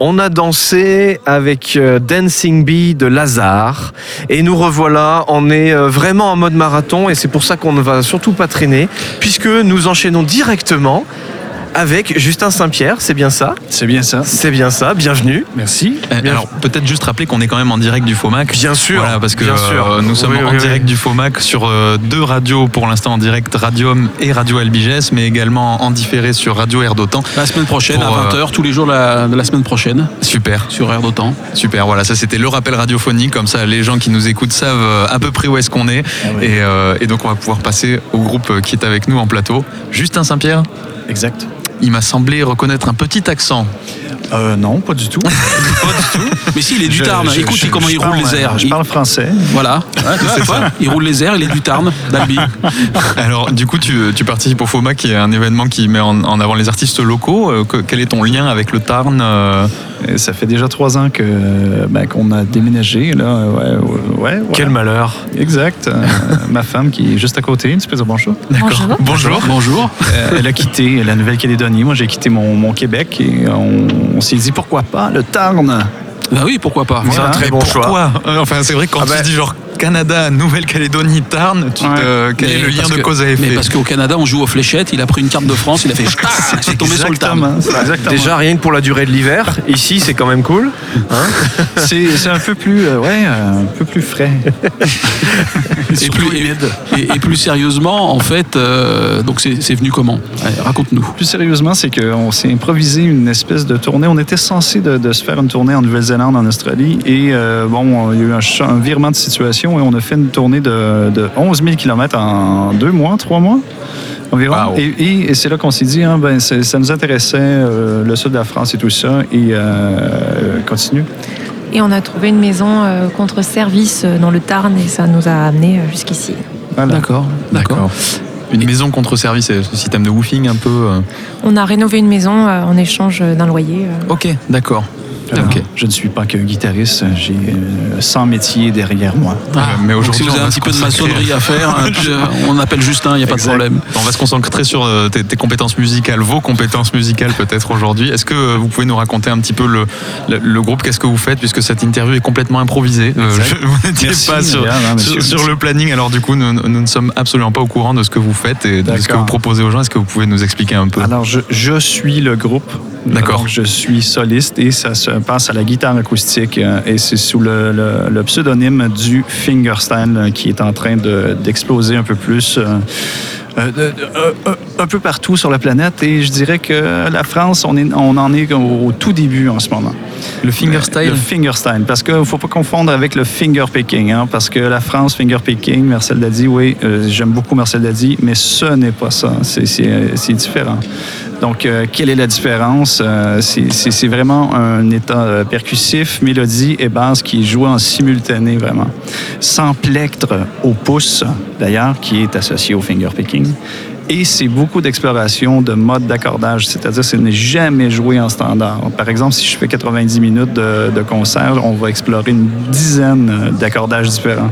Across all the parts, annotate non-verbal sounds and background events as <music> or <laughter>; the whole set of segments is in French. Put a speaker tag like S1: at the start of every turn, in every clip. S1: On a dansé avec euh, Dancing Bee de Lazare et nous revoilà. On est euh, vraiment en mode marathon et c'est pour ça qu'on ne va surtout pas traîner puisque nous enchaînons directement avec Justin Saint-Pierre. C'est bien ça
S2: C'est bien ça.
S1: C'est bien ça. Bienvenue.
S2: Merci.
S3: Euh,
S1: Bien.
S3: Alors peut-être juste rappeler qu'on est quand même en direct du FOMAC.
S1: Bien sûr.
S3: Voilà, parce que
S1: bien
S3: euh,
S1: sûr.
S3: nous sommes
S1: Oui,
S3: en
S1: oui, oui.
S3: direct du FOMAC sur euh, deux radios pour l'instant en direct, Radium et Radio Albiges, mais également en différé sur Radio Air d'Otan.
S2: La semaine prochaine,
S3: Pour,
S2: à
S3: euh,
S2: 20h, tous les jours de la, de la semaine prochaine,
S3: Super.
S2: sur Air d'Otan.
S3: Super, voilà, ça c'était le rappel radiophonique, comme ça les gens qui nous écoutent savent euh, à peu près où est-ce qu'on est. et, euh, et donc on va pouvoir passer au groupe euh, qui est avec nous en plateau. Justin Saint-Pierre,
S4: Exact.
S3: il m'a semblé reconnaître un petit accent.
S4: Euh, non, pas du tout.
S2: Mais si, il est du
S4: Je-
S2: Tarn.
S4: je-
S2: Écoute
S4: je-
S2: comment
S4: je
S2: il roule
S4: parle,
S2: les airs.
S4: Je
S2: Il-
S4: parle français.
S2: Voilà. C'est ça. Il roule les airs, il est du Tarn, d'Albi.
S3: Alors du coup tu, tu participes au FOMA qui est un événement qui met en, en avant les artistes locaux. Euh, que- quel est ton lien avec le Tarn euh,
S4: Et ça fait déjà trois ans que ben, qu'on a déménagé là. euh, Ouais, ouais, ouais, voilà.
S1: Quel malheur.
S4: Exact. Euh, ma femme qui est juste à côté, tu peux dire bonjour.
S5: Bonjour.
S3: Bonjour.
S2: Bonjour.
S4: Euh, elle a quitté la Nouvelle-Calédonie. Moi, j'ai quitté mon, mon Québec et on, on s'est dit pourquoi pas le Tarn.
S2: Bah oui, pourquoi pas.
S1: C'est un très
S3: Mais
S1: bon choix.
S3: pourquoi Euh, Enfin c'est vrai que quand
S1: Ah ben-
S3: tu dis genre Canada, Nouvelle-Calédonie, Tarn, tu
S4: Ouais.
S3: te- quel est
S2: Mais
S3: le lien
S2: parce
S3: de
S2: que-
S3: cause à effet
S2: Mais parce qu'au Canada, on joue aux fléchettes, il a pris une carte de France, il a fait. C'est tombé sur le Tarn.
S4: Exactement, c'est Exactement.
S1: Déjà rien que pour la durée de l'hiver. Ici c'est quand même cool. hein.
S4: c'est c'est un peu plus, euh, ouais, euh, un peu plus frais.
S2: Et plus, et- et- et plus sérieusement, en fait, euh, donc c'est c'est venu comment Allez, Raconte-nous.
S4: Plus sérieusement, c'est qu'on s'est improvisé une espèce de tournée. On était censé de, de se faire une tournée en Nouvelle-Zélande, en Australie. Et euh, bon, il y a eu un, cha- un virement de situation et on a fait une tournée de, de 11 000 km en deux mois, trois mois environ.
S3: Wow.
S4: Et, et- et c'est là qu'on s'est dit, hein, ben, c'est- ça nous intéressait, euh, le sud de la France et tout ça. Et euh, continue.
S5: Et on a trouvé une maison euh, contre-service euh, dans le Tarn et ça nous a amené euh, jusqu'ici.
S4: Voilà.
S2: D'accord, d'accord.
S3: Une maison contre service, c'est ce système de woofing un peu. euh,
S5: On a rénové une maison euh, en échange d'un loyer. euh.
S3: Ok, d'accord.
S4: Alors,
S3: Ok.
S4: Je ne suis pas qu'un guitariste, j'ai euh, 100 métiers derrière moi.
S2: Ah,
S3: euh, mais
S2: donc si
S3: aujourd'hui,
S2: vous
S3: on
S2: avez
S3: va
S2: un
S3: se
S2: petit peu de
S3: consacrer.
S2: maçonnerie à faire, hein, tu- on appelle Justin, il n'y a pas de
S4: Exact.
S2: problème.
S3: On va se concentrer sur euh, tes, tes compétences musicales, vos compétences musicales peut-être aujourd'hui. Est-ce que euh, vous pouvez nous raconter un petit peu le, le, le groupe, qu'est-ce que vous faites, puisque cette interview est complètement improvisée. Euh,
S4: Exact.
S3: je- vous n'étiez
S4: Merci,
S3: pas sur,
S4: Myriam, hein,
S3: sur,
S4: monsieur.
S3: sur le planning, alors du coup, nous, nous ne sommes absolument pas au courant de ce que vous faites et de ce que
S4: D'accord.
S3: vous proposez aux gens. Est-ce que vous pouvez nous expliquer un peu
S4: Alors, je, je suis le groupe.
S3: D'accord.
S4: Donc, Je suis soliste et ça se passe à la guitare acoustique euh, et c'est sous le, le- le pseudonyme du Fingerstyle euh, qui est en train de- d'exploser un peu plus. euh, euh, de- de- euh, euh, un peu partout sur la planète et je dirais que la France, on, est- on en est au, au tout début en ce moment.
S3: Le fingerstyle
S4: Le fingerstyle, parce qu'il ne faut pas confondre avec le finger picking, hein, parce que la France, finger picking, Marcel Dadi, oui, euh, j'aime beaucoup Marcel Dadi, mais ce n'est pas ça, c'est- c'est euh, c'est différent. Donc, euh, quelle est la différence? Euh, c'est- c'est c'est vraiment un état euh, percussif, mélodie et basse qui est joué en simultané, vraiment. Sans plectre au pouce, d'ailleurs, qui est associé au finger picking. Et c'est beaucoup d'exploration de modes d'accordage, c'est-à-dire ce n'est jamais joué en standard. Par exemple, si je fais 90 minutes de, de concert, on va explorer une dizaine euh, d'accordages différents.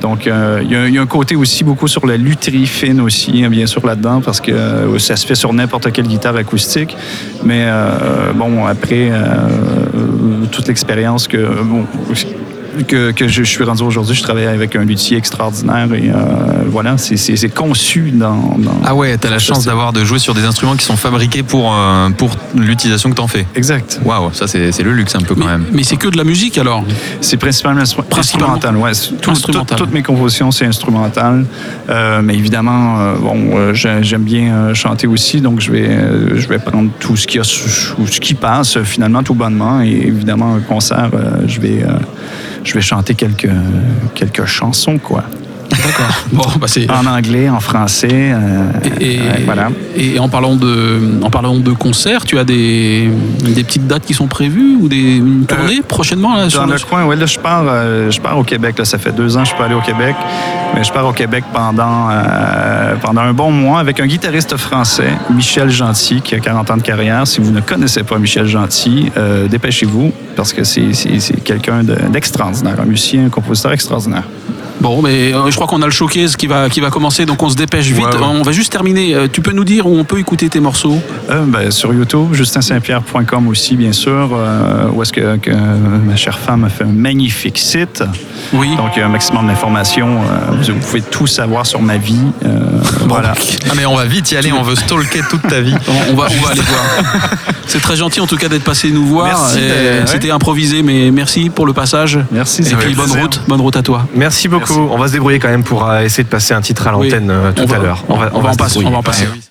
S4: Donc, euh, il y a- il y, a un côté aussi beaucoup sur la lutherie fine aussi, hein, bien sûr, là-dedans, parce que euh, ça se fait sur n'importe quelle guitare acoustique. Mais euh, bon, après, euh, toute l'expérience que... bon, que, que je, je suis rendu aujourd'hui, je travaille avec un luthier extraordinaire et euh, voilà, c'est- c'est c'est conçu dans, dans-
S3: Ah ouais, t'as la chance d'avoir de jouer sur des instruments qui sont fabriqués pour, euh, pour l'utilisation que t'en fais.
S4: Exact.
S3: Waouh, ça c'est c'est le luxe un peu quand
S2: Mais,
S3: même.
S2: mais c'est que de la musique alors
S4: C'est principalement instru-
S2: Principalement.
S4: instrumental. Ouais. Tout- tout-
S2: Instrumental.
S4: toutes mes compositions, c'est instrumental. Euh, mais évidemment, euh, bon, euh, j'ai- j'aime bien euh, chanter aussi, donc je vais, euh, je vais prendre tout ce qui, a, sous- sous- ce qui passe euh, finalement tout bonnement. Et évidemment, un concert, euh, je, vais, euh, je vais chanter quelques, quelques chansons, quoi.
S2: D'accord. Bon, bah c'est.
S4: En anglais, en français. euh,
S2: Et, et-
S4: Ah. ouais, voilà.
S2: et en parlant de en parlant de concerts, tu as des, des petites dates qui sont prévues ou des une tournée prochainement là, sur
S4: Euh, Dans
S2: le-
S4: le coin, ouais, là, je pars, euh, je pars au Québec. Là, ça fait deux ans que je peux aller au Québec. Mais je pars au Québec pendant, euh, pendant un bon mois avec un guitariste français, Michel Gentil, qui a 40 ans de carrière. Si vous ne connaissez pas Michel Gentil, euh, dépêchez-vous parce que c'est c'est- c'est quelqu'un de- d'extraordinaire, un musicien, un compositeur extraordinaire.
S2: Bon, mais euh, je crois qu'on a le showcase qui va, qui va commencer, donc on se dépêche vite.
S3: Ouais, ouais.
S2: On va juste terminer. Euh, Tu peux nous dire où on peut écouter tes morceaux
S4: Euh, ben, sur YouTube, justinsaintpierre.com aussi, bien sûr, euh, où est-ce que, que ma chère femme a fait un magnifique site.
S2: Oui.
S4: Donc, il y a un maximum d'informations. euh, vous, vous pouvez tout savoir sur ma vie. euh, voilà.
S3: Ah mais on va vite y aller, on veut stalker toute ta vie.
S2: On, on va, on va aller voir.
S4: <laughs>
S2: C'est très gentil en tout cas d'être passé nous voir.
S4: Merci,
S2: Et
S4: euh, ouais.
S2: C'était improvisé, mais merci pour le passage.
S4: Merci,
S2: Et
S4: ça fait
S2: puis bonne
S4: plaisir.
S2: route, bonne route à toi.
S1: Merci beaucoup. On va se débrouiller quand même pour euh, essayer de passer un titre à l'antenne euh, tout
S2: on va-
S1: à l'heure.
S2: On, va, on va
S1: se
S2: en passer.
S1: débrouiller.
S2: On va en passer.
S3: Ouais, oui.